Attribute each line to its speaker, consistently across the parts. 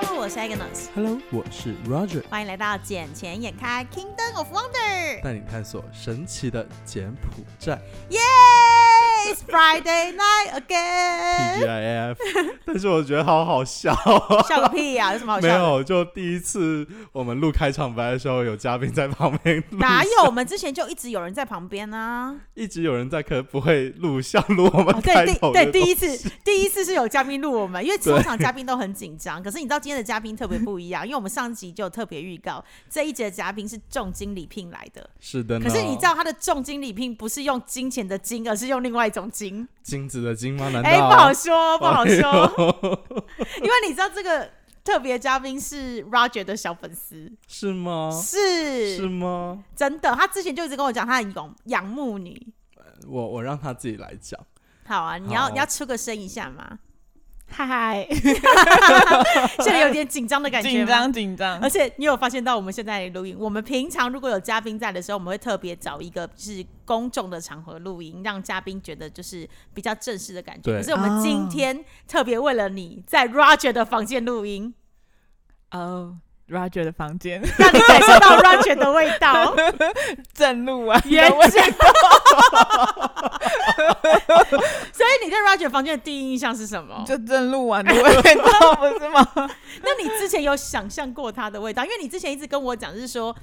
Speaker 1: Diagnose，
Speaker 2: Hello，我是 Roger，
Speaker 1: 欢迎来到眼前眼开 Kingdom of Wonder，
Speaker 2: 带你探索神奇的柬埔寨
Speaker 1: 耶！It's Friday night again，
Speaker 2: TGIF，但是我觉得好好笑。啊
Speaker 1: 笑个屁啊呀、有什么好
Speaker 2: 没
Speaker 1: 笑的？
Speaker 2: 有，就第一次我们录开场白的时候，有嘉宾在旁边录，
Speaker 1: 哪有？我们之前就一直有人在旁边啊。
Speaker 2: 一直有人在，可不会录像录 我
Speaker 1: 哦
Speaker 2: 们，开
Speaker 1: 对，第
Speaker 2: 头的
Speaker 1: 对
Speaker 2: 东
Speaker 1: 第
Speaker 2: 西
Speaker 1: 一次 第一次是有嘉宾录我们，因为通常嘉宾都很紧张。可是你知道今天的嘉宾特别不一样，因为我们上集就有特别预告，这一集的嘉宾是重金礼聘来的。
Speaker 2: 是的呢。哦
Speaker 1: 可是你知道他的重金礼聘不是用金钱的金，而是用另外一种金。
Speaker 2: 金子的金吗？难道？
Speaker 1: 哎、不好 说，不好说，
Speaker 2: 哎呦
Speaker 1: 因为你知道这个特别嘉宾是 Roger 的小粉丝，
Speaker 2: 是吗？
Speaker 1: 是
Speaker 2: 哦是吗？
Speaker 1: 真的。他之前就一直跟我讲他很仰仰慕你。
Speaker 2: 我我让他自己来讲。
Speaker 1: 好啊，你要
Speaker 2: 好
Speaker 1: 你要出个声一下吗？嗨， 现在有点紧张的感觉，
Speaker 3: 紧。张紧张
Speaker 1: 而，且你有发现到我们现在录音，我们平常如果有嘉宾在的时候，我们会特别找一个就是公众的场合录音，让嘉宾觉得就是比较正式的感觉。
Speaker 2: 对
Speaker 1: 可是我们今
Speaker 3: 哦
Speaker 1: 天特别为了你在 Roger 的房间录音，
Speaker 3: 哦、Roger 的房间
Speaker 1: 让你感受到 Roger 的味道，
Speaker 3: 正路啊，
Speaker 1: 原
Speaker 3: 我
Speaker 1: 汁。 所以你对 Roger 房间的第一印象是什么？
Speaker 3: 就正路啊，你味道不是吗？
Speaker 1: 那你之前有想象过它的味道？因为你之前一直跟我讲，就是说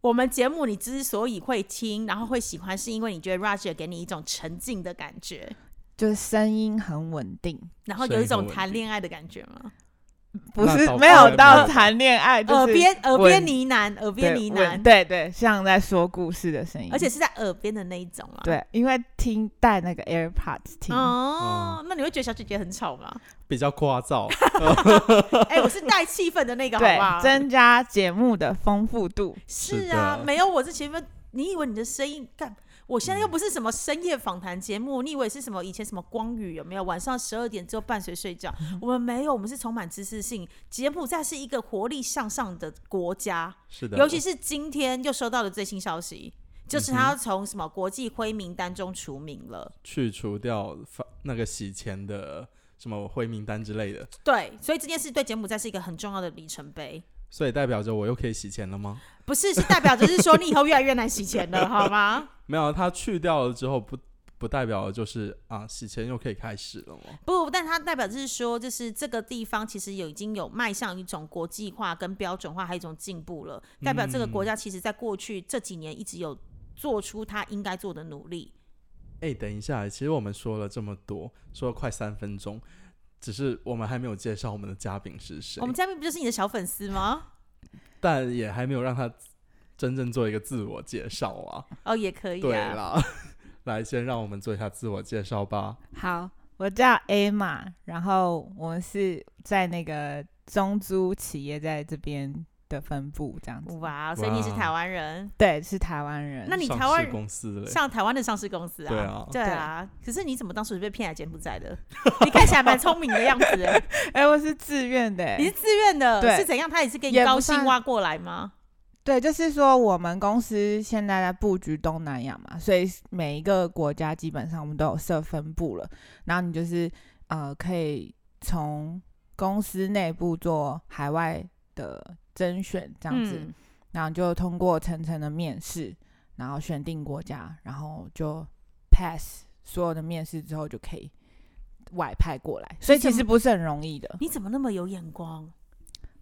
Speaker 1: 我们节目你之所以会听，然后会喜欢，是因为你觉得 Roger 给你一种沉静的感觉，
Speaker 3: 就是声音很稳定，
Speaker 1: 然后有一种谈恋爱的感觉吗？
Speaker 3: 不
Speaker 2: 那
Speaker 3: 是
Speaker 2: 倒
Speaker 3: 没有
Speaker 2: 不
Speaker 3: 到
Speaker 2: 会
Speaker 3: 谈恋爱，就是
Speaker 1: 呃耳边耳边
Speaker 3: 稳
Speaker 1: 呢喃，耳边
Speaker 3: 对
Speaker 1: 呢
Speaker 3: 稳
Speaker 1: 喃，
Speaker 3: 对对，像在说故事的声音，
Speaker 1: 而且是在耳边的那一种啊。。
Speaker 3: 对，因为听带那个 AirPods 听，
Speaker 1: 哦，
Speaker 3: 嗯
Speaker 1: 那你会觉得小姐姐很吵 吗？
Speaker 2: 比较聒 噪，
Speaker 1: 哎、我是带气氛的那个，好
Speaker 3: 对
Speaker 1: 不好？，
Speaker 3: 增加节目的丰富度。
Speaker 1: 是
Speaker 2: 是
Speaker 1: 啊，
Speaker 2: 的
Speaker 1: 没有我之前分，你以为你的声音干？我现在又不是什么深夜访谈节目，
Speaker 2: 嗯
Speaker 1: 你以为是什么以前什么光宇有没有？晚上十二点之后伴随睡觉，
Speaker 2: 嗯
Speaker 1: 我们没有，我们是充满知识性。柬埔寨是一个活力向上的国家，
Speaker 2: 是的。
Speaker 1: 尤其是今天又收到了最新消息，就是
Speaker 2: 嗯
Speaker 1: 他
Speaker 2: 哼
Speaker 1: 要从什么国际灰名单中除名了。
Speaker 2: 去除掉发那个洗钱的什么灰名单之类的，
Speaker 1: 对，所以这件事对柬埔寨是一个很重要的里程碑。
Speaker 2: 所以代表着我又可以洗钱了吗？
Speaker 1: 不是，是代表着是说你以后越来越难洗钱 了，好吗？
Speaker 2: 没有，它去掉了之后不不代表就是啊，洗钱又可以开始了吗？
Speaker 1: 不，但它代表就是说，就是这个地方其实有已经有迈向一种国际化、跟标准化，还有一种进步了。代表这个
Speaker 2: 嗯
Speaker 1: 国家其实在过去这几年一直有做出它应该做的努力。
Speaker 2: 哎，等一下，其实我们说了这么多，说了快三分钟，只是我们还没有介绍我们的嘉宾是谁
Speaker 1: 我，们嘉宾不就是你的小粉丝吗？
Speaker 2: 但也还没有让他真正做一个自我介绍啊。
Speaker 1: 哦，也可以
Speaker 2: 对
Speaker 1: 啊。
Speaker 2: 啦， 来，先让我们做一下自我介绍吧。
Speaker 3: 好，我叫 A 嘛，然后我们是在那个中租企业在这边的分部这样子。
Speaker 1: 哇，所以你是
Speaker 2: 哇
Speaker 1: 台湾人，
Speaker 3: 对，是台湾人。
Speaker 1: 那你
Speaker 2: 上
Speaker 1: 台湾
Speaker 2: 市
Speaker 1: 人
Speaker 2: 公司嘞？
Speaker 1: 上台湾的上市公司啊？
Speaker 2: 对啊
Speaker 1: 对啊。可是你怎么当初是被骗来柬埔寨的？你看起来蛮聪明的样子 欸，
Speaker 3: 哎、我是自愿的、欸
Speaker 1: 你是自愿的，
Speaker 3: 对
Speaker 1: 是怎样？他也是给你
Speaker 3: 也不
Speaker 1: 高薪
Speaker 3: 算
Speaker 1: 挖过来吗？
Speaker 3: 对，就是说我们公司现在在布局东南亚嘛，所以每一个国家基本上我们都有设分部了。然后你就是呃，可以从公司内部做海外的甄选这样子。
Speaker 1: 嗯
Speaker 3: 然后就通过层层的面试，然后选定国家，然后就 pass 所有的面试之后就可以外派过来，所以其
Speaker 1: 怎
Speaker 3: 实不是很容易的。
Speaker 1: 你怎么那么有眼光？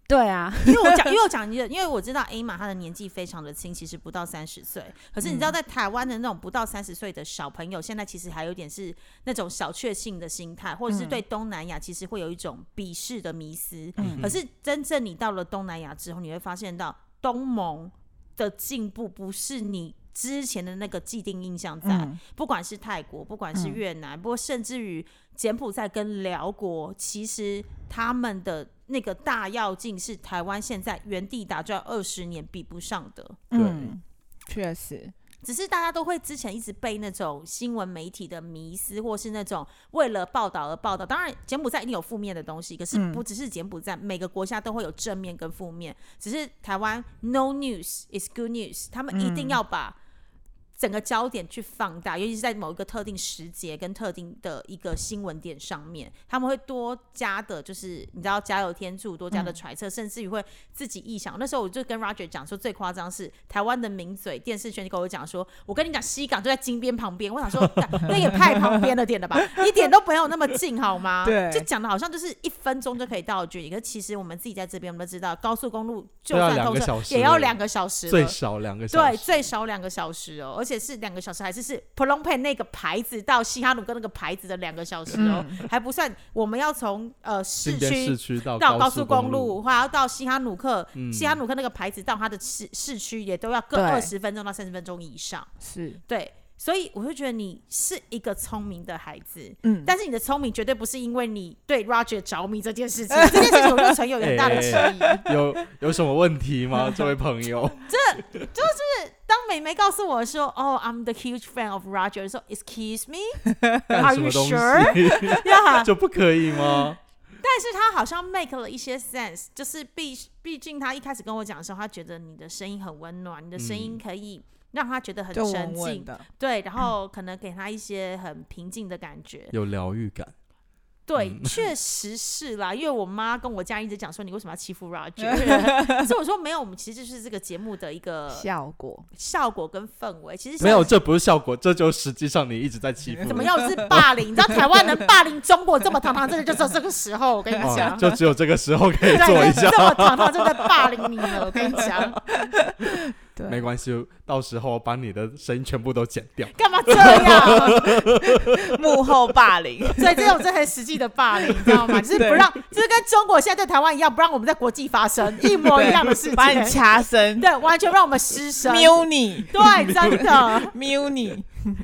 Speaker 3: 对啊，
Speaker 1: 因为 我讲，因为我讲一个，因为我知道 A 玛她的年纪非常的轻，其实不到三十岁。可是你知
Speaker 3: 嗯
Speaker 1: 道，在台湾的那种不到三十岁的小朋友，现在其实还有点是那种小确幸的心态，或者是
Speaker 3: 嗯
Speaker 1: 对东南亚其实会有一种鄙视的迷思。
Speaker 3: 嗯
Speaker 1: 可是真正你到了东南亚之后，你会发现到东盟的进步不是你。之前的那个既定印象在，
Speaker 3: 嗯，
Speaker 1: 不管是泰国，不管是
Speaker 3: 嗯
Speaker 1: 越南，不过甚至于柬埔寨跟辽国，其实他们的那个大跃进是台湾现在原地打转二十年比不上的。
Speaker 3: 嗯，确实，
Speaker 1: 只是大家都会之前一直被那种新闻媒体的迷思，或是那种为了报道而报道。当然，柬埔寨一定有负面的东西，可是
Speaker 3: 嗯
Speaker 1: 不只是柬埔寨，每个国家都会有正面跟负面。只是台湾 no news is good news，他们一定要把整个焦点去放大，尤其是在某一个特定时节跟特定的一个新闻点上面，他们会多加的，就是你知道加油添醋，多加的揣测，甚至于会自己臆想。那时候我就跟 Roger 讲说，最夸张是台湾的名嘴电视圈就跟我讲说，我跟你讲西港就在金边旁边，我想说 干那也太旁边了点了吧，一点都没有那么近好吗？
Speaker 3: 对
Speaker 1: 就讲的好像就是一分钟就可以到的距离，可是其实我们自己在这边我们都知道，高速公路就
Speaker 2: 都要
Speaker 1: 算
Speaker 2: 两
Speaker 1: 通
Speaker 2: 个
Speaker 1: 车
Speaker 2: 小时
Speaker 1: 也要
Speaker 2: 了
Speaker 1: 两个小时了，
Speaker 2: 最少两个小
Speaker 1: 对，
Speaker 2: 时。
Speaker 1: 最少两个小时哦，而且是两个小时，还是是 p l o m p e 那个牌子到西哈努跟那个牌子的两个小时哦，还不算我们要从呃市
Speaker 2: 嗯新边市
Speaker 1: 区
Speaker 2: 区到
Speaker 1: 到高
Speaker 2: 速
Speaker 1: 速
Speaker 2: 公
Speaker 1: 公路，，嗯还要到西哈努克，西哈努克那个牌子到它的市市区也都要各
Speaker 3: 对
Speaker 1: 二十分钟到三十分钟以上，
Speaker 3: 是，
Speaker 1: 对。所以我会觉得你是一个聪明的孩子，
Speaker 3: 嗯，
Speaker 1: 但是你的聪明绝对不是因为你对 Roger 着迷这件事情，这件事情我对陈友有很大 的质疑。
Speaker 2: 有有什么问 题吗，这位朋友？
Speaker 1: 当美眉告诉我说：“哦、i m the huge fan of Roger。”说：“Excuse me，
Speaker 2: 干
Speaker 1: Are
Speaker 2: 什么
Speaker 1: you
Speaker 2: 东西
Speaker 1: 呀、
Speaker 2: 就不可以吗？
Speaker 1: 但是他好像 make 了一些 sense，就是毕毕竟他一开始跟我讲的时候，他觉得你的声音很温暖，你的声音可以让他觉得很
Speaker 3: 就
Speaker 1: 沉
Speaker 3: 稳
Speaker 1: 静，
Speaker 3: 稳的，
Speaker 1: 对，
Speaker 2: 嗯
Speaker 1: 然后可能给他一些很平静的感觉。
Speaker 2: 有疗愈感，
Speaker 1: 对，确实是啦，因为我妈跟我家人一直讲说你为什么要欺负 Roger，所以我说没有，我们其实就是这个节目的一个
Speaker 3: 效果
Speaker 1: 效果跟氛围，其实
Speaker 2: 没有，
Speaker 1: 像
Speaker 2: 这不是效果，这就实际上你一直在欺负人。
Speaker 1: 怎么样是霸凌？你知道台湾 人霸凌中国这么堂堂正正，就只有这个时候。我跟你
Speaker 2: 哦
Speaker 1: 讲，，
Speaker 2: 就只有这个时候可以做
Speaker 1: 对，
Speaker 2: 一
Speaker 1: 就 是。
Speaker 2: 下
Speaker 1: 这么堂堂正正霸凌你了。我跟你讲，
Speaker 3: 对，
Speaker 2: 没关系，到时候把你的声音全部都剪掉。
Speaker 1: 干嘛这样？
Speaker 3: 幕后霸凌，
Speaker 1: 所以这种真很实际的霸凌，你知道吗？就是不让，就是跟中国现在对台湾一样，不让我们在国际发生一模一样的事
Speaker 3: 把你
Speaker 1: 情，
Speaker 3: 掐 身，
Speaker 1: 对，完全让我们失声。
Speaker 3: 瞄 你，
Speaker 1: 对，真的，
Speaker 3: 瞄你，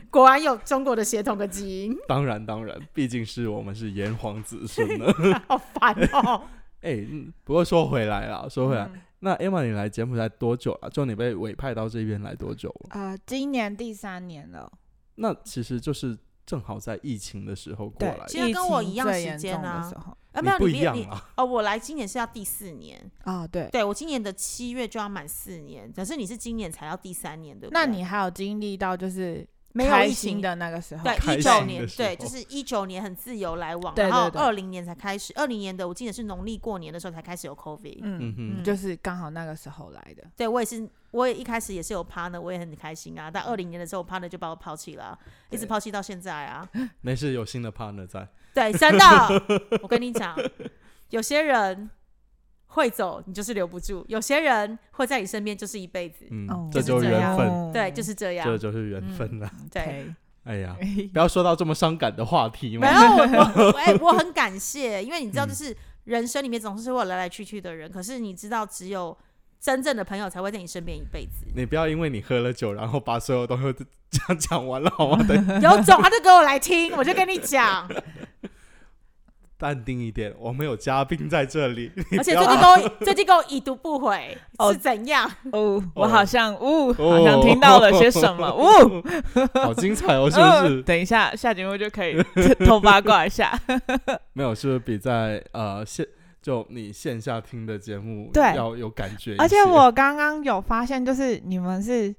Speaker 1: 果然有中国的血统跟基 因，
Speaker 2: 当然，当然，毕竟是我们是炎黄子孙 的。
Speaker 1: 好烦 哦。
Speaker 2: 哎、嗯不过说回来啦，说回
Speaker 1: 嗯
Speaker 2: 来，
Speaker 3: 嗯
Speaker 2: 那 Emma，你来柬埔寨多久了？就你被委派到这边来多久了？
Speaker 3: 啊，今年第三年了，
Speaker 2: 那其实就是正好在疫情的时候过
Speaker 3: 对
Speaker 2: 来，，
Speaker 1: 其实跟我一样
Speaker 3: 疫情最
Speaker 1: 时
Speaker 3: 严
Speaker 1: 间
Speaker 3: 重的
Speaker 1: 啊
Speaker 3: 时候
Speaker 1: 啊，没有，
Speaker 2: 你不
Speaker 1: 你
Speaker 2: 一样
Speaker 1: 你
Speaker 2: 啊。
Speaker 1: 哦，我来今年是要第四年，
Speaker 3: 啊，对，
Speaker 1: 对我今年的七月就要满四年，可是你是今年才要第三年，对不对？
Speaker 3: 那你还有经历到就是
Speaker 1: 没有
Speaker 3: 开
Speaker 1: 疫
Speaker 3: 心
Speaker 1: 情
Speaker 3: 的那个时候，
Speaker 1: 对
Speaker 2: 开
Speaker 1: 一
Speaker 2: 心
Speaker 1: 九
Speaker 2: 的
Speaker 1: 年，
Speaker 2: 时
Speaker 1: 对，
Speaker 2: 候
Speaker 1: 就是一九年很自由来往，
Speaker 3: 对
Speaker 1: 然后
Speaker 3: 对对
Speaker 1: 二零年才开始，二零年的我记得是农历过年的时候才开始有 COVID，、
Speaker 3: 嗯
Speaker 2: 嗯哼，
Speaker 1: 嗯
Speaker 3: 就是刚好那个时候来的，
Speaker 1: 对我也是，我也一开始也是有 partner，我也很开心啊，但二零年的时候我 partner 就把我抛弃了啊，一直
Speaker 3: 对
Speaker 1: 抛弃到现在啊，
Speaker 2: 没事，有新的 partner 在。
Speaker 1: 对，真的， 我跟你讲，有些人会走，你就是留不住；有些人会在你身边，就是一辈子。
Speaker 2: 嗯，
Speaker 3: 哦，
Speaker 2: 这就是
Speaker 1: 这
Speaker 2: 缘
Speaker 1: 样
Speaker 2: 分，
Speaker 1: 对，就是这样嗯
Speaker 2: 这。就是缘分了。
Speaker 1: 对，
Speaker 3: OK
Speaker 2: 哎呀，不要说到这么伤感的话题嘛
Speaker 1: 没。有我 我哎、我很感谢，因为
Speaker 2: 嗯
Speaker 1: 你知道，就是人生里面总是会有来来去去的人，可是你知道，只有真正的朋友才会在你身边一辈 子。
Speaker 2: 你不要因为你喝了酒，然后把所有东西都 这样讲完了好吗？ 等
Speaker 1: 有种他就给我来听，我就跟你 讲。
Speaker 2: 啊淡定一点，我们有嘉宾在这 里。
Speaker 1: 而
Speaker 2: 你不
Speaker 1: 且最
Speaker 2: 要
Speaker 1: 近跟我最近跟我已读不回
Speaker 3: 哦
Speaker 1: 是怎样？
Speaker 3: 哦，我
Speaker 2: 哦
Speaker 3: 好像哦，
Speaker 2: 哦
Speaker 3: 好像听到了些什 么哦，
Speaker 2: 好精彩哦，是
Speaker 3: 呃
Speaker 2: 不是？
Speaker 3: 等一下下节目就可 以偷八卦一下，
Speaker 2: 没有，是不是比在呃线就你线下听的节目
Speaker 3: 对
Speaker 2: 要有感觉一些？
Speaker 3: 而且我刚刚有发现，就是你们是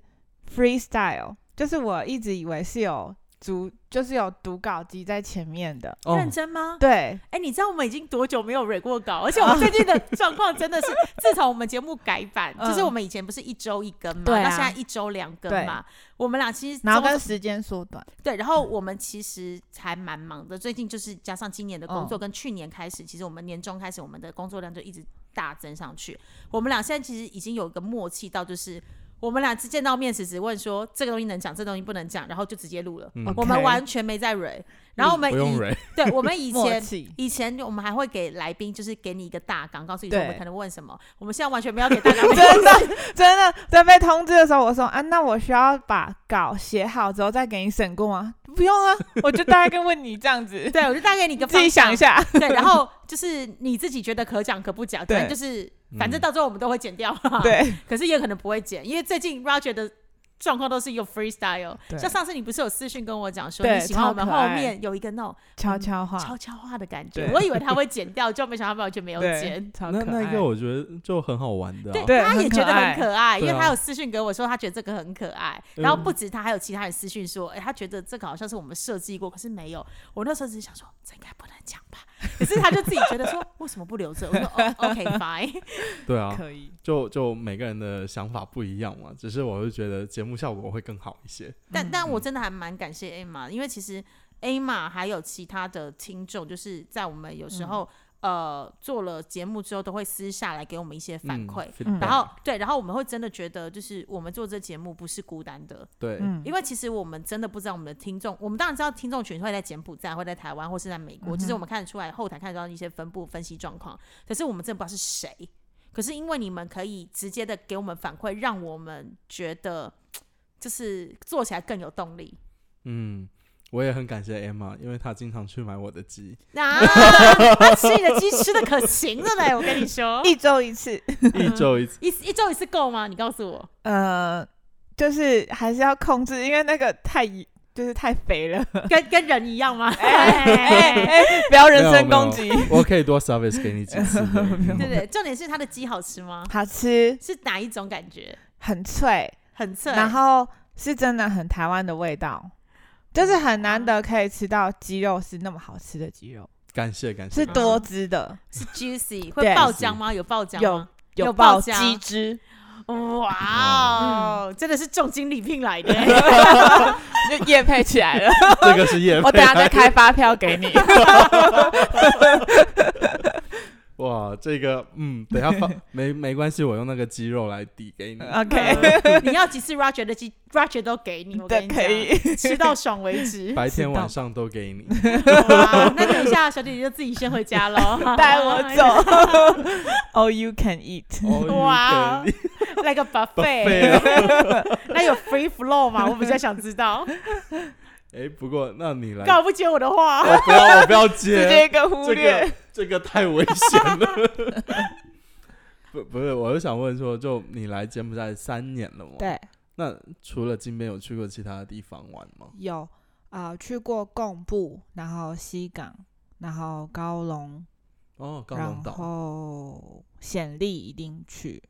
Speaker 3: freestyle，就是我一直以为是有读，就是有读稿机在前面的，
Speaker 2: 哦
Speaker 1: 认，真吗？
Speaker 3: 对，
Speaker 1: 哎、你知道我们已经多久没有蕊过稿？
Speaker 3: 啊
Speaker 1: 而且我们最近的状况真的是，自从我们节目改 版，
Speaker 3: 嗯
Speaker 1: 就是我们以前不是一周一更嘛，
Speaker 3: 对啊
Speaker 1: 那现在一周两更嘛。我们俩其实
Speaker 3: 然后
Speaker 1: 中
Speaker 3: 跟时间缩短，
Speaker 1: 对，然后我们其实还蛮忙的，最近就是加上今年的
Speaker 3: 哦
Speaker 1: 工作跟去年开始，其实我们年中开始，我们的工作量就一直大增上去。我们俩现在其实已经有一个默契到，就是我们俩见到面时只问说这个东西能讲，这个东西不能讲，然后就直接录了。
Speaker 2: 嗯
Speaker 3: OK
Speaker 1: 我们完全没在蕊，然后我们
Speaker 2: 不用
Speaker 1: 以
Speaker 2: 蕊，
Speaker 1: 对我们以
Speaker 3: 默
Speaker 1: 前
Speaker 3: 契，
Speaker 1: 以前我们还会给来宾，就是给你一个大纲，告诉你说我们
Speaker 3: 对
Speaker 1: 可能问什么。我们现在完全没有给大家，
Speaker 3: 真的真的在被通知的时候，我说啊，那我需要把稿写好之后再给你审过吗？不用 啊，我就大概跟问你这样子
Speaker 1: 对，我就大概给你一个
Speaker 3: 自
Speaker 1: 方
Speaker 3: 己
Speaker 1: 向
Speaker 3: 想一。下。
Speaker 1: 对，然后就是你自己觉得可讲可不讲，
Speaker 3: 对
Speaker 1: 反正就是反正到最后我们都会剪掉嘛。，
Speaker 3: 嗯 对，
Speaker 1: 可是也可能不会剪，因为最近 Roger 的状况都是一个 freestyle。
Speaker 3: 对
Speaker 1: 像上次你不是有私讯跟我讲说
Speaker 3: 对
Speaker 1: 你喜欢我们
Speaker 3: 超可
Speaker 1: 后
Speaker 3: 爱
Speaker 1: 面有一个那种
Speaker 3: 悄悄 话，
Speaker 1: 悄悄话的感觉，
Speaker 3: 对
Speaker 1: 我以为他会剪掉，就没想到他完全没有剪
Speaker 3: 对，。超
Speaker 2: 那
Speaker 3: 可
Speaker 2: 那
Speaker 3: 爱
Speaker 2: 个我觉得就很好玩的啊、
Speaker 3: 对
Speaker 1: 他也
Speaker 3: 很可
Speaker 1: 觉得很
Speaker 3: 爱
Speaker 1: 可爱，因为
Speaker 2: 对啊
Speaker 1: 他有私讯给我说他觉得这个很可爱，
Speaker 2: 嗯
Speaker 1: 然后不止他，还有其他人私讯说，哎、他觉得这个好像是我们设计过，可是没有。我那时候只是想说，这应该不能讲吧，可是他就自己觉得说，为什么不留着？我说、哦、，OK fine，
Speaker 2: 对啊，
Speaker 3: 可以，
Speaker 2: 就就每个人的想法不一样嘛，只是我就觉得节目效果会更好一些。
Speaker 3: 嗯
Speaker 1: 但但我真的还蛮感谢 A 玛，因为其实 A 玛还有其他的听众，就是在我们有
Speaker 2: 嗯
Speaker 1: 时候、呃做了节目之后，都会私下来给我们一些反馈。
Speaker 2: 嗯
Speaker 1: 然后对，然后我们会真的觉得，就是我们做这节目不是孤单的，
Speaker 2: 对，
Speaker 3: 嗯，
Speaker 1: 因为其实我们真的不知道我们的听众，我们当然知道听众群会在柬埔寨、会在台湾或是在美
Speaker 3: 嗯
Speaker 1: 国，其实我们看得出来后台看得到一些分布分析状况，可是我们真的不知道是谁。可是因为你们可以直接的给我们反馈，让我们觉得就是做起来更有动力。
Speaker 2: 嗯，我也很感谢 Emma，因为她经常去买我的 鸡，
Speaker 1: 啊，他吃你的鸡吃的可勤了嘞！我跟你说，
Speaker 3: 一周一次，
Speaker 2: 一周一次。
Speaker 1: 一一周一次够吗？你告诉我，
Speaker 3: 呃，就是还是要控制，因为那个太就是太肥了，
Speaker 1: 跟跟人一样吗？
Speaker 3: 哎
Speaker 1: 哎
Speaker 3: 不要人
Speaker 2: 没有
Speaker 3: 身
Speaker 2: 没有
Speaker 3: 攻击。
Speaker 2: 我可以多 service 给你几 次的。
Speaker 1: 对不
Speaker 2: 嗯
Speaker 1: 对？重点是它的鸡好吃吗？
Speaker 3: 好吃，
Speaker 1: 是哪一种感觉？
Speaker 3: 很脆，
Speaker 1: 很脆，
Speaker 3: 然后是真的很台湾的味道，就是很难得可以吃到鸡肉是那么好吃的鸡肉，
Speaker 2: 感谢感谢
Speaker 3: 是，多
Speaker 1: 嗯
Speaker 3: 汁的，
Speaker 1: 是 juicy，会
Speaker 3: 对
Speaker 1: 爆浆吗？有爆浆吗？有爆
Speaker 3: 爆
Speaker 1: 浆
Speaker 3: 鸡汁，
Speaker 1: 哇哦，真的是重金礼聘来的。
Speaker 3: 就夜配起 来了。
Speaker 2: 这个是夜配。
Speaker 3: 我等下再开发票给你。
Speaker 2: 哇，这个嗯，等 下放没没关系，我用那个鸡肉来抵给
Speaker 3: 呃
Speaker 2: 你。
Speaker 3: OK，
Speaker 1: 你要几次 Roger 的鸡，Roger 都给嗯 你，我跟
Speaker 3: 对，
Speaker 1: 你
Speaker 3: 可
Speaker 1: 讲，
Speaker 3: 以。
Speaker 1: 吃到爽为 止。
Speaker 2: 白天
Speaker 3: 知道
Speaker 2: 晚上都给你，
Speaker 1: 哇，那等一下小姐姐就自己先回家喽，
Speaker 3: 带我。走，All you can eat。
Speaker 2: 哦
Speaker 1: 哇，来个 buffet，
Speaker 2: 废了。
Speaker 1: 那有 free flow 吗？我比较想知道，
Speaker 2: 哎，不过那你来，
Speaker 1: 告不接我的话，
Speaker 2: 我不要，我不要
Speaker 3: 直
Speaker 2: 接
Speaker 3: 接一。个忽
Speaker 2: 这
Speaker 3: 略，
Speaker 2: 个这个太危险了。 不不是，我就想问说，就你来柬埔寨三年了吗？。
Speaker 3: 对，
Speaker 2: 那除了金边，有去过其他的地方玩吗？
Speaker 3: 有啊、呃去过贡布，然后西港，然后高龙，
Speaker 2: 哦，高
Speaker 3: 然
Speaker 2: 龙岛。
Speaker 3: 后显利一定去，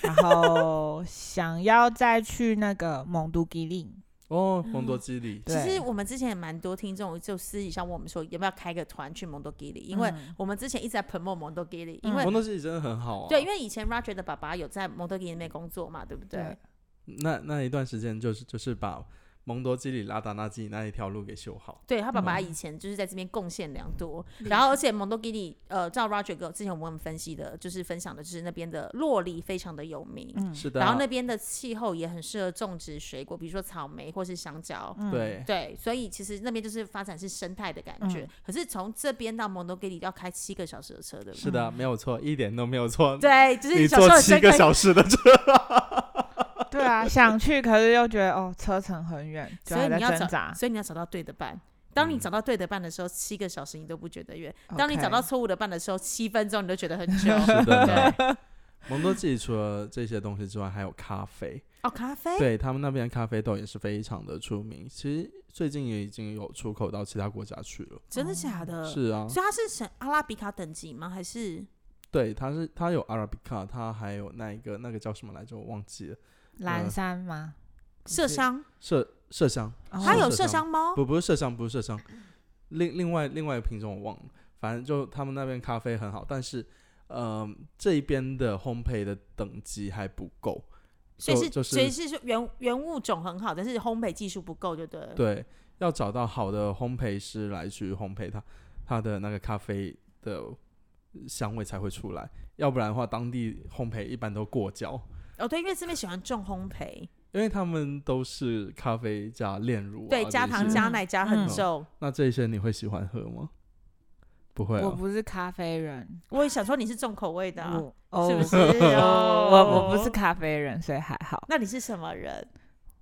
Speaker 3: 然后 想要再去那个蒙都吉令，
Speaker 2: 哦，
Speaker 1: 嗯
Speaker 2: 蒙多基里。
Speaker 3: 对
Speaker 1: 其实我们之前也蛮多听众就私底下问我们说，要不要开个团去蒙多吉里？因为
Speaker 3: 嗯
Speaker 1: 我们之前一直在 promote 蒙多吉里，因
Speaker 3: 嗯
Speaker 1: 为、
Speaker 2: 蒙多基里真的很好啊。
Speaker 1: 对，因为以前 Roger 的爸爸有在蒙多吉里那边工作嘛，对不对？
Speaker 3: 对
Speaker 2: 那那一段时间就是就是把蒙多基里拉达纳基那一条路给修好。
Speaker 1: 对他爸爸以前就是在这边贡献良多，然后而且蒙多吉里，呃，照 Roger 哥之前我们分析的，就是分享的，就是那边的洛丽非常的有名，
Speaker 3: 嗯，
Speaker 2: 是的啊。
Speaker 1: 然后那边的气候也很适合种植水果，比如说草莓或是香蕉。
Speaker 3: 嗯，
Speaker 2: 对
Speaker 1: 对，所以其实那边就是发展是生态的感觉。可是从这边到蒙多吉里要开七个小时的车，对不对？
Speaker 2: 是的啊，没有错，一点都没有错。
Speaker 1: 嗯对，就是
Speaker 2: 你
Speaker 1: 小时
Speaker 2: 坐
Speaker 1: 候
Speaker 2: 七个小时的车，
Speaker 3: 对啊，想去，可是又觉得哦，车程很远，就
Speaker 1: 所以
Speaker 3: 还在
Speaker 1: 你要
Speaker 3: 挣
Speaker 1: 找，
Speaker 3: 扎。
Speaker 1: 所以你要找到对的伴。当你
Speaker 2: 嗯
Speaker 1: 找到对的伴的时候，七个小时你都不觉得远；当你
Speaker 3: OK
Speaker 1: 找到错误的伴的时候，七分钟你都觉得很久。
Speaker 2: 是的
Speaker 1: 对
Speaker 2: 呢。 蒙多基里除了这些东西之外，还有咖啡。
Speaker 1: 哦，咖啡，
Speaker 2: 对他们那边的咖啡豆也是非常的出名，其实最近也已经有出口到其他国家去了。
Speaker 1: 真的假的？。
Speaker 2: 是啊，
Speaker 1: 所以它是什阿拉比卡等级吗？还是
Speaker 2: 对，它是它有阿拉比卡，它还有那一个那个叫什么来着，我忘记了。嗯
Speaker 3: 蓝山吗？
Speaker 1: 麝香？
Speaker 2: 麝麝香，
Speaker 3: 哦
Speaker 1: 它有
Speaker 2: 麝
Speaker 1: 麝
Speaker 2: 香
Speaker 1: 香猫？
Speaker 2: 不不是麝香，不是麝香，另另外另外一个品种我忘了。反正就他们那边咖啡很好，但是，呃，这一边的烘焙的等级还不够。
Speaker 1: 所以，
Speaker 2: 就是就
Speaker 1: 所以
Speaker 2: 是
Speaker 1: 是说原原物种很好，但是烘焙技术不够，就对了。
Speaker 2: 对，要找到好的烘焙师来去烘焙它，它的那个咖啡的香味才会出来。要不然的话，当地烘焙一般都过焦，
Speaker 1: 哦，对，因为这边喜欢重烘焙，
Speaker 2: 因为他们都是咖啡加炼乳、啊，
Speaker 1: 对，
Speaker 2: 这
Speaker 1: 加
Speaker 2: 些
Speaker 1: 糖、加奶、加很
Speaker 3: 嗯
Speaker 1: 重。
Speaker 2: 那这些你会喜欢喝吗？不会、
Speaker 3: 我
Speaker 2: 啊，
Speaker 3: 不是咖啡人，
Speaker 1: 我也想说你是重口味的啊，
Speaker 2: 嗯
Speaker 3: 我哦
Speaker 1: 是不是？
Speaker 3: 哦
Speaker 1: 哦，
Speaker 3: 我我不是咖啡人，所以还好。
Speaker 1: 那你是什么人？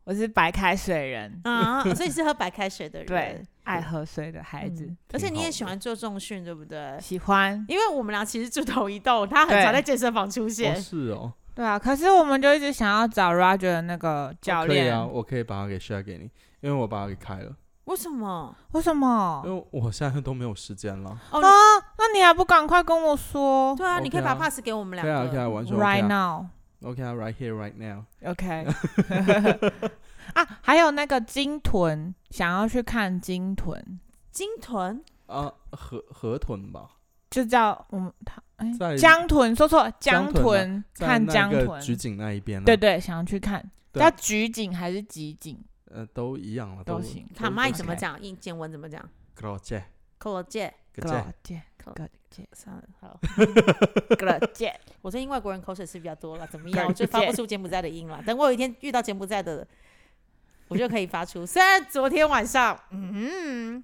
Speaker 3: 我是白开水人，
Speaker 1: 啊，所以是喝白开水的人，
Speaker 3: 对，爱喝水的孩子，
Speaker 1: 嗯而且你
Speaker 2: 挺好
Speaker 1: 也
Speaker 2: 的
Speaker 1: 喜欢做重训，对不对？
Speaker 3: 喜欢
Speaker 1: 因为我们俩其实住同一栋，他很
Speaker 3: 对
Speaker 1: 常在健身房出
Speaker 2: 哦
Speaker 1: 现。
Speaker 2: 是哦，
Speaker 3: 对啊，可是我们就一直想要找 Roger 的那个教
Speaker 2: 可以
Speaker 3: 练，
Speaker 2: 啊，我可以把它给 share 给你，因为我把它给开了，
Speaker 1: 为什么？
Speaker 3: 为什么？
Speaker 2: 因为我现在都没有时间了。
Speaker 1: 哦，
Speaker 3: 啊，那你还不赶快跟我说
Speaker 1: 对啊，你可以
Speaker 2: OK 啊
Speaker 1: 把 pass 给我们两
Speaker 2: 可以啊，可以
Speaker 1: 个。
Speaker 2: 啊，完全 OK
Speaker 3: ？Right
Speaker 2: 啊
Speaker 3: now。
Speaker 2: ，OK 啊，right here right now。
Speaker 3: OK，啊， 还有那个鲸豚，想要去看鲸豚，
Speaker 1: 鲸豚
Speaker 2: 啊，河河豚吧，
Speaker 3: 就叫我们他哎
Speaker 2: 在
Speaker 3: 江豚，说错了，
Speaker 2: 江
Speaker 3: 江
Speaker 2: 豚啊
Speaker 3: 豚，
Speaker 2: 在
Speaker 3: 看
Speaker 2: 那
Speaker 3: 江
Speaker 2: 个
Speaker 3: 豚，
Speaker 2: 菊景那一边啊，
Speaker 3: 对对，想要去看，
Speaker 2: 对
Speaker 3: 叫
Speaker 2: 啊，
Speaker 3: 菊景还是集景
Speaker 2: 呃，都一样了，
Speaker 3: 都行。
Speaker 1: 卡麦怎么
Speaker 3: OK
Speaker 1: 讲？英简文怎么讲
Speaker 2: g r o j e
Speaker 1: c o l o j e
Speaker 2: g r
Speaker 3: 见，
Speaker 1: 可
Speaker 3: 个见，
Speaker 1: 算了， 好，
Speaker 3: 个见，
Speaker 1: 我最近外国人口水是比较多了，怎么样？我
Speaker 3: 感觉
Speaker 1: 就发不出柬埔寨的音了。等我有一天遇到柬埔寨的，我就可以发出。虽然昨天晚上，嗯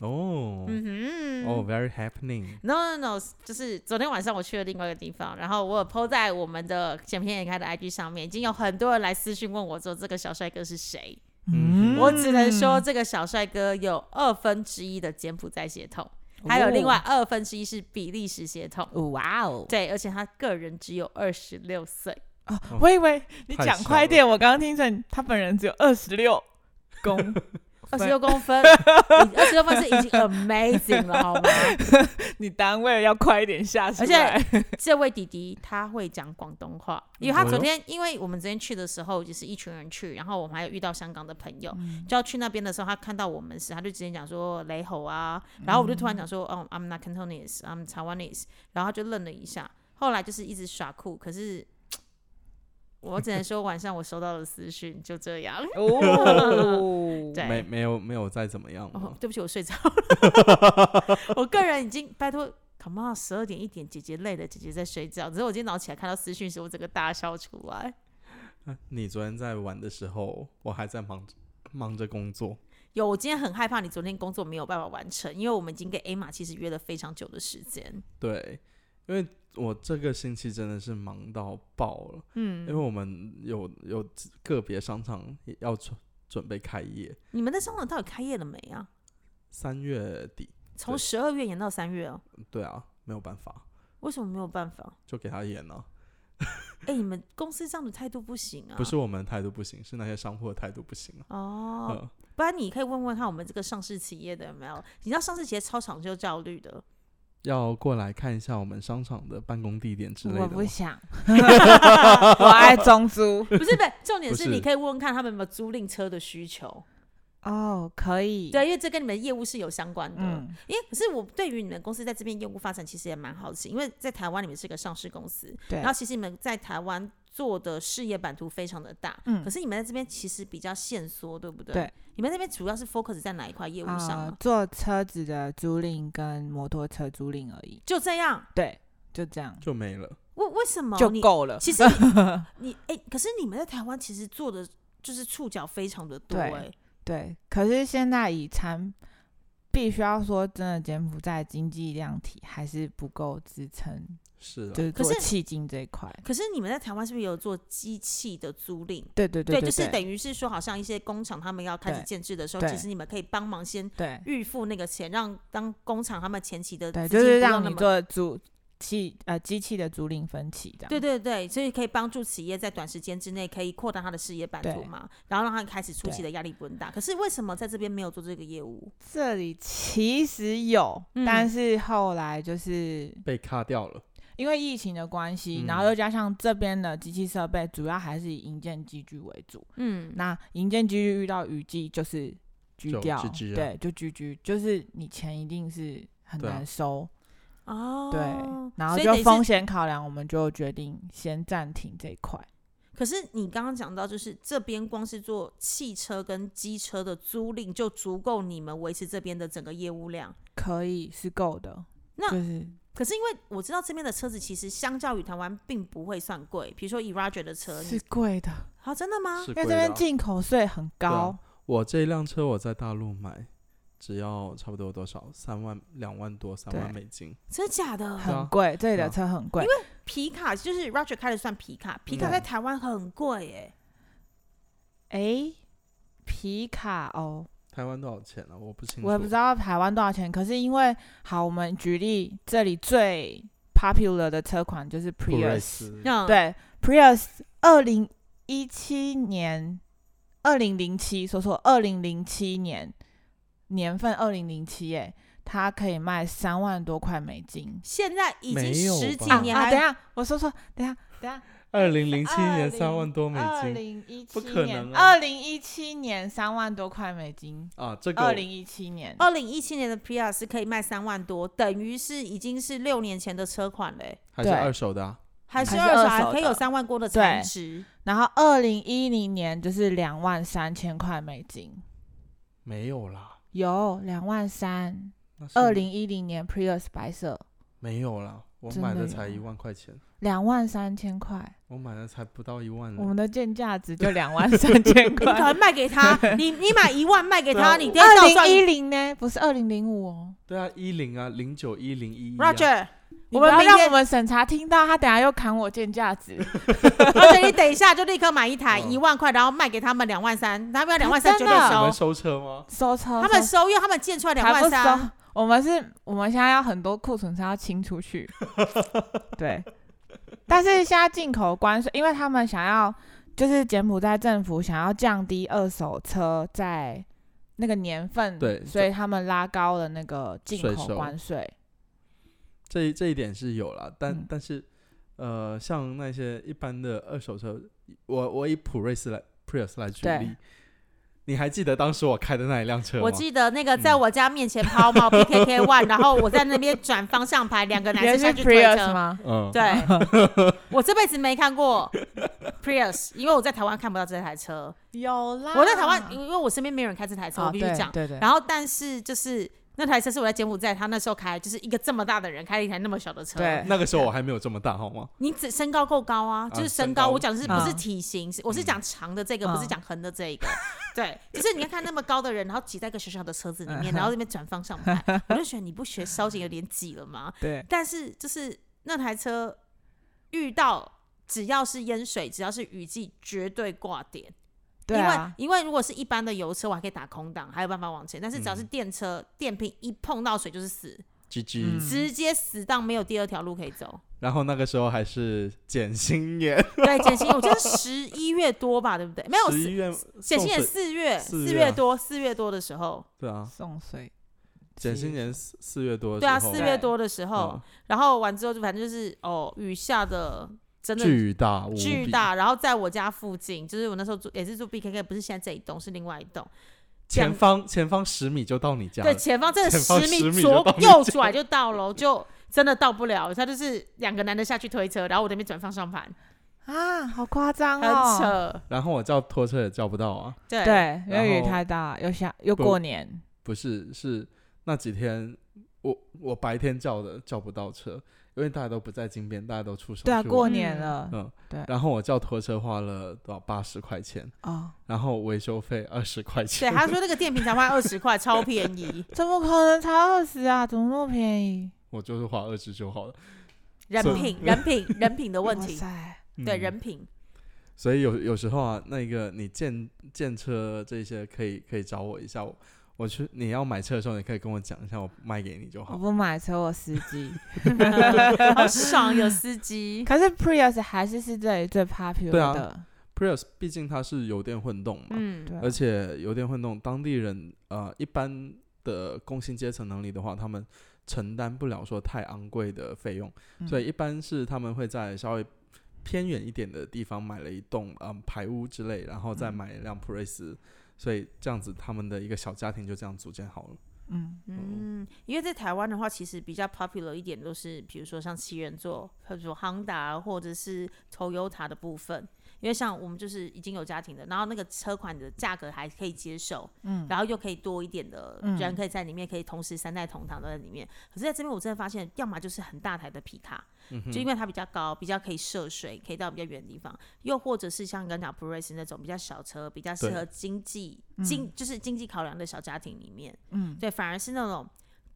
Speaker 2: 哦
Speaker 1: 哼，，嗯哼，
Speaker 2: 哦，very happening，
Speaker 1: No no no，就是昨天晚上我去了另外一个地方，然后我有 PO 在我们的剪片也开的 IG 上面，已经有很多人来私讯问我说这个小帅哥是谁。
Speaker 2: 嗯
Speaker 1: 我只能说这个小帅哥有二分之一的柬埔寨血统，还有另外二分之一是比利时血统。
Speaker 3: 哦，哇哦，
Speaker 1: 对，而且他个人只有二十六岁，
Speaker 3: 哦
Speaker 2: 哦，
Speaker 3: 我以为你
Speaker 2: 太
Speaker 3: 讲
Speaker 2: 小
Speaker 3: 快一点，我刚刚听成他本人只有二十六公
Speaker 1: 二十
Speaker 3: 分，
Speaker 1: 六公分，二十六分是已经 amazing 了，好吗？
Speaker 3: 你单位要快一点下出
Speaker 1: 而且
Speaker 3: 来。
Speaker 1: 这位弟弟他会讲广东话，因为他
Speaker 2: 哦
Speaker 1: 昨
Speaker 2: 哟
Speaker 1: 天，因为我们昨天去的时候就是一群人去，然后我们还有遇到香港的朋友，
Speaker 3: 嗯
Speaker 1: 就要去那边的时候，他看到我们时，他就直接讲说雷吼啊，然后我就突然讲说，哦、i m not Cantonese，I'm Taiwanese，然后他就愣了一下，后来就是一直耍酷，可是我只能说晚上我收到了私讯，就这样。
Speaker 3: 哦
Speaker 1: 对
Speaker 2: 没嗯没有没有再怎么样
Speaker 1: 哦
Speaker 2: 了，，
Speaker 1: 对不起，我睡着了。 我个人已经拜托，come on，十二点一点，姐姐累了，姐姐在睡觉。只是我今天早上起来看到私讯时，我整个大笑出来。
Speaker 2: 你昨天在玩的时候，我还在忙着忙着工作，
Speaker 1: 有，我今天很害怕你昨天工作没有办法完成，因为我们已经跟 A 玛其实约了非常久的时间。
Speaker 2: 对，因为我这个星期真的是忙到爆了，因为
Speaker 1: 嗯，
Speaker 2: 我们有有个别商场也要准准备开业，
Speaker 1: 你们的商场到底开业了没啊？
Speaker 2: 三月底，
Speaker 1: 从
Speaker 2: 对
Speaker 1: 十二月延到三月哦，
Speaker 2: 对啊，没有办法，
Speaker 1: 为什么没有办法？
Speaker 2: 就给他演了、
Speaker 1: 哎、你们公司这样的态度不行啊！
Speaker 2: 不是我们的态度不行，是那些商户的态度不行啊。
Speaker 1: 哦，
Speaker 2: 嗯，
Speaker 1: 不然你可以问问看我们这个上市企业的有没有？你知道上市企业超长就焦虑 的，
Speaker 2: 要过来看一下我们商场的办公地点之类的
Speaker 3: 我
Speaker 2: 吗。
Speaker 3: 不想， 我爱中租。
Speaker 1: 不是不是，重点
Speaker 2: 不
Speaker 1: 是
Speaker 2: 是
Speaker 1: 你可以问问看他们有没有租赁车的需求，
Speaker 3: 哦，可
Speaker 2: 嗯
Speaker 3: 以。
Speaker 1: 对，因为这跟你们的业务是有相关的。
Speaker 3: 嗯，
Speaker 1: 因为可是我对于你们公司在这边业务发展其实也蛮好奇，因为在台湾你们是个上市公司，
Speaker 3: 对
Speaker 1: 然后其实你们在台湾做的事业版图非常的大，
Speaker 3: 嗯
Speaker 1: 可是你们在这边其实比较限缩，对不对？
Speaker 3: 对，
Speaker 1: 你们那边主要是 focus 在哪一块业务上啊、
Speaker 3: 呃，做车子的租赁跟摩托车租赁而已。
Speaker 1: 就这样，
Speaker 3: 对，就这样
Speaker 2: 就没了。
Speaker 1: 为为什么
Speaker 3: 就
Speaker 1: 哦你？
Speaker 3: 够了。
Speaker 1: 其实 你你哎、可是你们在台湾其实做的就是触角非常的多
Speaker 3: 对
Speaker 1: 哎、
Speaker 3: 对，可是现在以产，必须要说真的，柬埔寨经济量体还是不够支撑，
Speaker 2: 是啊
Speaker 3: 就，是
Speaker 1: 可
Speaker 3: 做
Speaker 1: 是
Speaker 3: 迄今这一块。
Speaker 1: 可是你们在台湾是不是有做机器的租赁？
Speaker 3: 对对对
Speaker 1: 就
Speaker 3: 对，
Speaker 1: 是等于是说，好像一些工厂他们要开始
Speaker 3: 对
Speaker 1: 建制的时候，
Speaker 3: 对
Speaker 1: 其实你们可以帮忙先
Speaker 3: 对
Speaker 1: 预付那个钱，让当工厂他们前期的
Speaker 3: 对，
Speaker 1: 资
Speaker 3: 就
Speaker 1: 金
Speaker 3: 是
Speaker 1: 不用
Speaker 3: 让
Speaker 1: 那
Speaker 3: 你
Speaker 1: 么。
Speaker 3: 做租器呃机器的租赁分期这样。
Speaker 1: 对对对，所以可以帮助企业在短时间之内可以扩大它的事业版图
Speaker 3: 对
Speaker 1: 嘛，然后让它开始初期
Speaker 3: 对
Speaker 1: 的压力不很大。可是为什么在这边没有做这个业务？
Speaker 3: 这里其实有，
Speaker 1: 嗯
Speaker 3: 但是后来就是
Speaker 2: 被卡掉了。
Speaker 3: 因为疫情的关系，
Speaker 2: 嗯
Speaker 3: 然后又加上这边的机器设备主要还是以营建机具为主。
Speaker 1: 嗯，
Speaker 3: 那营建机具遇到雨季就是居
Speaker 2: 就
Speaker 3: 掉，
Speaker 2: GG 啊
Speaker 3: 对，就居居，就是你钱一定是很
Speaker 2: 对啊
Speaker 3: 难收，
Speaker 1: 哦，
Speaker 3: 对，然后
Speaker 1: 所以
Speaker 3: 就
Speaker 1: 等于是
Speaker 3: 风险考量，我们就决定先暂停这一块。
Speaker 1: 可是你刚刚讲到，就是这边光是做汽车跟机车的租赁就足够你们维持这边的整个业务量。
Speaker 3: 可以是够的，
Speaker 1: 那
Speaker 3: 就是
Speaker 1: 可是因为我知道这边的车子其实相较于台湾并不会算贵，比如说以 Roger 的车，
Speaker 3: 是
Speaker 1: 你
Speaker 3: 贵的，
Speaker 1: 啊真的吗？
Speaker 2: 是
Speaker 3: 因为
Speaker 2: 贵
Speaker 3: 这
Speaker 2: 的啊啊
Speaker 3: 边进口税很高，
Speaker 2: 我这辆车我在大陆买，只要差不多多少？三万、两万多、三万美金。
Speaker 1: 真的假的？
Speaker 2: 对啊
Speaker 3: 很贵，这里
Speaker 2: 对啊
Speaker 3: 的车很贵，
Speaker 1: 皮卡就是 Roger 开的算皮卡，皮卡
Speaker 3: 对
Speaker 1: 在台湾很贵耶、
Speaker 3: 诶，皮卡哦，
Speaker 2: 台湾多少钱啊？我不清楚。
Speaker 3: 我也不知道台湾多少钱，可是因为好，我们举例，这里最 popular 的车款就是
Speaker 2: 普锐
Speaker 3: Prius，
Speaker 2: 斯。
Speaker 1: 那，
Speaker 3: 对 Prius 二零一七年，二零零七，说错，二零零七年年份二零零七，哎，它可以卖三万多块美金。
Speaker 1: 现在已经
Speaker 2: 没有
Speaker 1: 十几
Speaker 2: 吧
Speaker 1: 年
Speaker 3: 啊，
Speaker 1: 还
Speaker 3: 等一下，我说错，等一下，等一下，
Speaker 2: 二零零七年三万多美
Speaker 3: 二
Speaker 2: 金
Speaker 3: 零一
Speaker 2: 不
Speaker 3: 七
Speaker 2: 可
Speaker 3: 年
Speaker 2: 能，啊
Speaker 3: 二零一七年三万多块美金，
Speaker 2: 啊，这个
Speaker 3: 二
Speaker 2: 我
Speaker 3: 零一七年，
Speaker 1: 二零一七年的 Prius 可以卖三万多，等于是已经是六年前的车款嘞、
Speaker 2: 还是
Speaker 3: 对
Speaker 2: 二手的啊，
Speaker 1: 还是
Speaker 3: 还是
Speaker 1: 二手，
Speaker 3: 二手
Speaker 1: 还可以有
Speaker 3: 的
Speaker 1: 三万多的
Speaker 3: 对
Speaker 1: 残值。
Speaker 3: 然后二零一零年就是两万三千块美金，
Speaker 2: 没有啦，
Speaker 3: 有两万三，
Speaker 2: 那是
Speaker 3: 二零一零年 Prius 白色
Speaker 2: 没有啦，我
Speaker 3: 真的
Speaker 2: 买的才
Speaker 3: 有
Speaker 2: 一万块钱，
Speaker 3: 两万三千块，
Speaker 2: 我买的才不到一万呢
Speaker 3: 我们的建价值就两万三 千
Speaker 1: 你赶快
Speaker 3: 块。
Speaker 1: 卖给他， 你你买一万卖给
Speaker 2: 对啊
Speaker 1: 他，你等下
Speaker 3: 二
Speaker 1: 倒
Speaker 3: 零
Speaker 1: 赚
Speaker 3: 一零呢，不是二零零五哦。
Speaker 2: 对啊，一零啊，零九一零一一啊
Speaker 1: Roger，
Speaker 3: 我们
Speaker 1: 不要
Speaker 3: 不要
Speaker 1: 让
Speaker 3: 让
Speaker 1: 我
Speaker 3: 我们审查听到，他等下又砍我建价值，
Speaker 1: Roger，你等一下就立刻买一台
Speaker 2: 嗯
Speaker 1: 一万块，然后卖给他们两万三，他们要两万三绝
Speaker 3: 哎真
Speaker 1: 对
Speaker 3: 的啊嗯
Speaker 2: 你们
Speaker 1: 收，
Speaker 2: 收车吗？
Speaker 3: 收车。
Speaker 1: 他们
Speaker 3: 收
Speaker 1: 收，因为他们建出来两
Speaker 3: 才
Speaker 1: 万
Speaker 3: 不
Speaker 1: 三
Speaker 3: 收。，我们是，我们现在要很多库存是要清出 去。对，但是现在进口关税，因为他们想要，就是柬埔寨政府想要降低二手车在那个年份，
Speaker 2: 对
Speaker 3: 所以他们拉高了那个进
Speaker 2: 税
Speaker 3: 口
Speaker 2: 收
Speaker 3: 关税。
Speaker 2: 这一这一点是有啦，但、
Speaker 3: 嗯
Speaker 2: 但是，呃，像那些一般的二手车，我我以普锐斯来 Prius 来举
Speaker 3: 对
Speaker 2: 例，你还记得当时我开的那一辆车吗？
Speaker 1: 我记得那个
Speaker 2: 嗯
Speaker 1: 在我家面前抛 锚 PKK One，然后我在那边转方向盘，两个男生
Speaker 3: 也是
Speaker 1: 下去推
Speaker 3: Prius
Speaker 1: 车。
Speaker 3: 吗？
Speaker 2: 嗯，
Speaker 1: 对， 我这辈子没看过 Prius，因为我在台湾看不到这台车。
Speaker 3: 有啦
Speaker 1: 我在台湾，因为我身边没有人开这台车，我
Speaker 3: 啊哦，
Speaker 1: 必须
Speaker 3: 对
Speaker 1: 讲。
Speaker 3: 对对，
Speaker 1: 然后，但是就是那台车是我在柬埔寨，他那时候开，就是一个这么大的人开了一台那么小的车。
Speaker 3: 对
Speaker 2: 那个时候我还没有这么大，好吗？
Speaker 1: 你只身高够高啊，就是身高。
Speaker 2: 身高
Speaker 1: 我讲的是不是
Speaker 3: 嗯
Speaker 1: 体型？是我是讲长的这个，
Speaker 3: 嗯
Speaker 1: 不是讲横的这一个。 对，就是你要看那么高的人，然后挤在一个小小的车子里面，
Speaker 3: 嗯
Speaker 1: 然后那边转方向盘，我就觉得你不学稍警有点挤了吗？
Speaker 3: 对，
Speaker 1: 但是就是那台车遇到只要是淹水，只要是雨季，绝对挂点。
Speaker 3: 对啊，
Speaker 1: 因为因为如果是一般的油车，我还可以打空档，还有办法往前。但是只要是
Speaker 2: 嗯
Speaker 1: 电车，电瓶一碰到水就是死，
Speaker 2: g G，、
Speaker 3: 嗯
Speaker 1: 直接死到没有第二条路可以走。
Speaker 2: 然后那个时候还是简心眼，
Speaker 1: 对，减薪我记得十一月多吧，对不对？没有
Speaker 2: 十
Speaker 1: 十
Speaker 2: 一月
Speaker 1: 减
Speaker 2: 送
Speaker 1: 薪也
Speaker 2: 水
Speaker 1: 四月，
Speaker 2: 四
Speaker 1: 四
Speaker 2: 月啊
Speaker 1: 月多，四月多的时候，
Speaker 2: 对啊，
Speaker 3: 送水，
Speaker 2: 简心年四四月多的
Speaker 1: 对啊，
Speaker 2: 时候
Speaker 1: 四月多的时候
Speaker 2: 嗯，
Speaker 1: 然后完之后就反正就是哦，雨下的真的
Speaker 2: 巨大无
Speaker 1: 巨
Speaker 2: 比，
Speaker 1: 大，然后在我家附近，就是我那时候住也是住 BKK，不是现在这一栋，是另外一栋。
Speaker 2: 前方前方十米就到你家
Speaker 1: 对，
Speaker 2: 了，
Speaker 1: 前方真的
Speaker 2: 啊前方
Speaker 1: 十
Speaker 2: 10
Speaker 1: 米
Speaker 2: 米
Speaker 1: 左
Speaker 2: 就到你
Speaker 1: 右转就到了，就真的到不了。他就是两个男的下去推车，然后我这边转方向盘，
Speaker 3: 啊，好夸张
Speaker 1: 很
Speaker 3: 哦，
Speaker 1: 扯。
Speaker 2: 然后我叫拖车也叫不到啊，
Speaker 1: 对，
Speaker 3: 对，因
Speaker 2: 然
Speaker 3: 为雨
Speaker 2: 后
Speaker 3: 太大，又下又
Speaker 2: 不
Speaker 3: 过年，
Speaker 2: 不是，是那几天我我白天叫的叫不到车，因为大家都不在金边，大家都出手
Speaker 3: 对啊，
Speaker 2: 去
Speaker 3: 过
Speaker 2: 玩
Speaker 3: 年
Speaker 1: 嗯
Speaker 3: 了
Speaker 2: 嗯，
Speaker 3: 对
Speaker 2: 然后我叫拖车花了多少八十块钱，
Speaker 3: 哦，
Speaker 2: 然后维修费二十块
Speaker 1: 对，
Speaker 2: 钱，
Speaker 1: 他说那个电瓶才花二十块，超便宜，
Speaker 3: 怎么可能才二十啊？怎么那么便宜？
Speaker 2: 我就是花二十就好了。
Speaker 1: 人
Speaker 2: 所以
Speaker 1: 品、人品、人品的问
Speaker 3: 哇
Speaker 1: 题，
Speaker 3: 塞，
Speaker 2: 嗯
Speaker 1: 对人品。
Speaker 2: 所以有有时候啊，那个你建建车这些可以可以找我一下，我我去你要买车的时候，你可以跟我讲一下，我卖给你就
Speaker 3: 我
Speaker 1: 哦
Speaker 2: 好。
Speaker 3: 不买车，我司 机。
Speaker 1: 好爽，有司机。
Speaker 3: 可是 Prius 还是是这里最 popular
Speaker 2: 对啊
Speaker 3: 的，
Speaker 2: Prius 毕竟它是油电混动嘛，
Speaker 1: 嗯，
Speaker 3: 对啊
Speaker 2: 而且油电混动，当地人呃一般的工薪阶层能力的话，他们承担不了说太昂贵的费用，
Speaker 3: 嗯
Speaker 2: 所以一般是他们会在稍微偏远一点的地方买了一栋嗯排屋之类，然后再
Speaker 3: 嗯
Speaker 2: 买一辆普锐斯，所以这样子他们的一个小家庭就这样组建好了。
Speaker 3: 嗯，
Speaker 1: 嗯，因为在台湾的话，其实比较 popular 一点都是，比如说像七人座，或者说 Honda 或者是 Toyota 的部分，因为像我们就是已经有家庭的，然后那个车款的价格还可以接受，
Speaker 3: 嗯
Speaker 1: 然后又可以多一点的
Speaker 3: 嗯
Speaker 1: 人可以在里面，可以同时三代同堂都在里面。可是在这边我真的发现，要么就是很大台的皮卡，
Speaker 2: 嗯
Speaker 1: 就因
Speaker 2: 哼，
Speaker 1: 为它比较高，比较可以涉水，可以到比较远的地方；又或者是像刚讲 p r i s 那种比较小车，比较适
Speaker 2: 对
Speaker 1: 合经济
Speaker 3: 嗯
Speaker 1: 经、就是经济考量的小家庭里面。
Speaker 3: 嗯，
Speaker 1: 对，反而是那种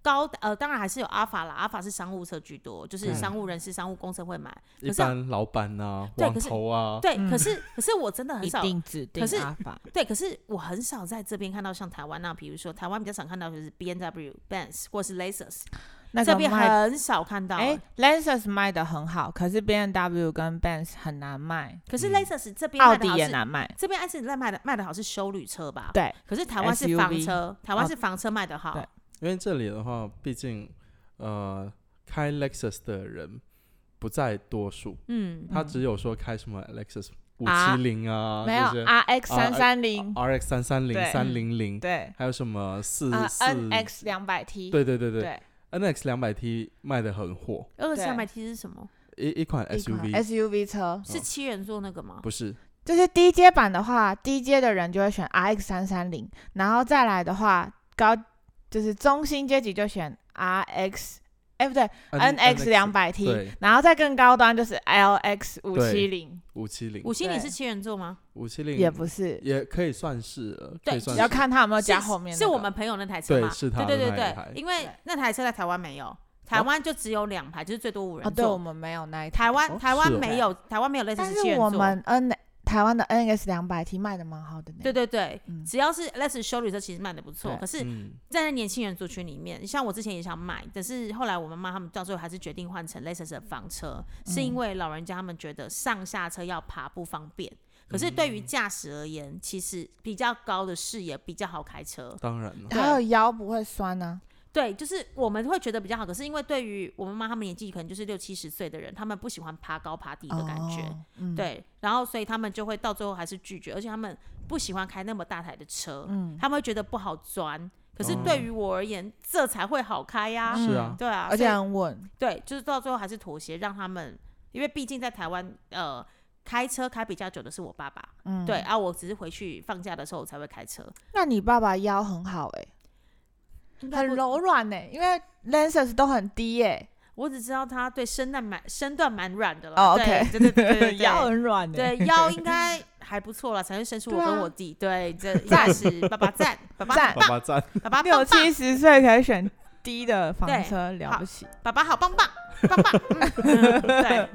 Speaker 1: 高呃，当然还是有阿法啦，阿法是商务车居多，就是
Speaker 2: 对
Speaker 1: 商务人士、商务公司会买。
Speaker 2: 一
Speaker 1: 可是啊
Speaker 2: 般老板呐、
Speaker 1: 对
Speaker 2: 网
Speaker 1: 可是
Speaker 2: 投啊，
Speaker 1: 对，
Speaker 3: 嗯
Speaker 1: 可是可是我真的很
Speaker 3: 一
Speaker 1: 少
Speaker 3: 定指定
Speaker 1: 可是
Speaker 3: 阿法，
Speaker 1: 对，可是我很少在这边看到像台湾那，比如说台湾比较常看到就是 B N W、Benz 或是 Lexus，
Speaker 3: 那
Speaker 1: 这
Speaker 3: 个
Speaker 1: 边
Speaker 3: 卖
Speaker 1: 很少看到。
Speaker 3: 哎、l e n s e r s 卖的很好，可是 B N W 跟 Benz 很难卖，
Speaker 1: 可是
Speaker 2: 嗯
Speaker 1: Lexus 这边
Speaker 3: 奥
Speaker 1: 卖的
Speaker 3: 迪
Speaker 1: 好
Speaker 3: 也
Speaker 1: 是，
Speaker 3: 难卖。
Speaker 1: 这边爱是在卖的卖的好是修旅车吧？。
Speaker 3: 对，
Speaker 1: 可是台湾是
Speaker 3: SUV
Speaker 1: 房车，台湾
Speaker 3: 哦
Speaker 1: 是房车卖的好
Speaker 3: 对。
Speaker 2: 因为这里的话，毕竟呃，开 Lexus 的人不在多数，
Speaker 1: 嗯，
Speaker 2: 他
Speaker 3: 嗯
Speaker 2: 只有说开什么 Lexus 五
Speaker 3: 啊
Speaker 2: 七零啊，
Speaker 3: 没有
Speaker 2: 这些
Speaker 3: RX 三三零，
Speaker 2: RX 三三零、
Speaker 3: 对嗯
Speaker 2: 三零零，
Speaker 3: 对，
Speaker 2: 还有什么四
Speaker 3: 啊
Speaker 2: 四、
Speaker 3: NX 两百 T，
Speaker 2: 对对对对
Speaker 3: 对，
Speaker 2: ，NX 两百 T 卖的很火，
Speaker 1: 二
Speaker 3: 对
Speaker 1: 三百 T 是什么？
Speaker 2: 一一款 SUV
Speaker 3: SUV 车，
Speaker 1: 是七人座那个吗？
Speaker 2: 不是，
Speaker 3: 就是低阶版的话，低阶的人就会选 RX 三三零，然后再来的话，高就是中薪阶级就选 RX，哎不对，NX 两百 T，
Speaker 2: 对
Speaker 3: 然后再更高端就是 LX 五七零，
Speaker 2: 五七零
Speaker 1: 五星你
Speaker 3: 对
Speaker 1: 是七人座吗？
Speaker 2: 五七零
Speaker 3: 也不是，
Speaker 2: 也可以算是了，
Speaker 1: 对
Speaker 2: 可以算
Speaker 1: 只
Speaker 3: 要
Speaker 2: 是
Speaker 3: 看他有没有
Speaker 1: 是
Speaker 3: 加后面、那
Speaker 1: 是
Speaker 3: 个哦
Speaker 1: 我们朋友那台车
Speaker 2: 对
Speaker 1: 嘛？
Speaker 2: 是他
Speaker 1: 对对
Speaker 2: 那
Speaker 1: 对
Speaker 2: 台
Speaker 1: 对
Speaker 2: 台，
Speaker 1: 因为
Speaker 3: 对
Speaker 1: 那台车在台湾没有，台
Speaker 2: 哦
Speaker 1: 湾就只有两排，就是最多五
Speaker 3: 哦，
Speaker 1: 人
Speaker 3: 对我
Speaker 1: 座。
Speaker 3: 们没有那一台，
Speaker 1: 台
Speaker 2: 哦
Speaker 1: 湾台湾
Speaker 2: 是哦
Speaker 1: 没有，台湾没有类似
Speaker 3: 但
Speaker 1: 七
Speaker 3: 是
Speaker 1: 人
Speaker 3: 我
Speaker 1: 座。
Speaker 3: 们 N 台湾的 NX 两百 T 卖的蛮好的呢，
Speaker 1: 对对对，
Speaker 3: 嗯
Speaker 1: 只要是类似修理车，其实卖的不错。
Speaker 3: 对
Speaker 1: 可是
Speaker 2: 嗯
Speaker 1: 站在年轻人族群里面，像我之前也想买，但是后来我妈妈他们到最后还是决定换成 Lexus 的房车，是
Speaker 3: 嗯
Speaker 1: 因为老人家他们觉得上下车要爬不方便。可是对于
Speaker 3: 嗯
Speaker 1: 驾驶而言，其实比较高的视野比较好开车。
Speaker 2: 当然 了，
Speaker 3: 还有腰不会酸啊呢、
Speaker 1: 对，就是我们会觉得比较好。可是因为对于我妈妈他们年纪可能就是六七十岁的人，他们不喜欢爬高爬低的感觉。
Speaker 3: 哦嗯，，
Speaker 1: 对，然后所以他们就会到最后还是拒绝，而且他们不喜欢开那么大台的车，
Speaker 3: 嗯哦
Speaker 1: 他们会觉得不好钻。可是对于我而言，这才会好开呀、
Speaker 3: 嗯
Speaker 2: 是啊，
Speaker 1: 对啊，
Speaker 3: 而且
Speaker 1: 所以
Speaker 3: 很稳，
Speaker 1: 对，就是到最后还是妥协，让他们，因为毕竟在台湾，呃，开车开比较久的是我爸爸，
Speaker 3: 嗯，
Speaker 1: 对。啊，我只是回去放假的时候我才会开车，
Speaker 3: 那你爸爸腰很好哎、
Speaker 1: 应该
Speaker 3: 很
Speaker 1: 不
Speaker 3: 柔软呢、因为 Lancers 都很低欸耶、
Speaker 1: 我只知道他对身段蛮身段蛮软的了，
Speaker 3: 哦
Speaker 1: 对
Speaker 3: OK
Speaker 1: 对对对对 对
Speaker 3: 腰很软欸呢、
Speaker 1: 对，腰 应该还不错了，才会生出我
Speaker 3: 对啊
Speaker 1: 跟我弟。对，这暂时爸爸 赞，爸爸
Speaker 3: 赞
Speaker 1: 很
Speaker 2: 爸
Speaker 1: 棒，
Speaker 2: 爸赞，
Speaker 1: 爸爸
Speaker 3: 六
Speaker 1: 棒棒，
Speaker 3: 七十岁可以选低的房车，了不起。
Speaker 1: 爸爸好棒棒，棒棒。嗯对，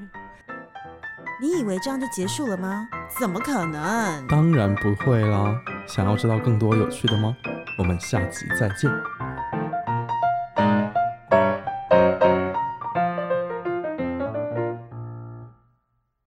Speaker 4: 你以为这样就结束了吗？怎么可能？
Speaker 2: 当然不会啦。想要知道更多有趣的吗？我们下集再见，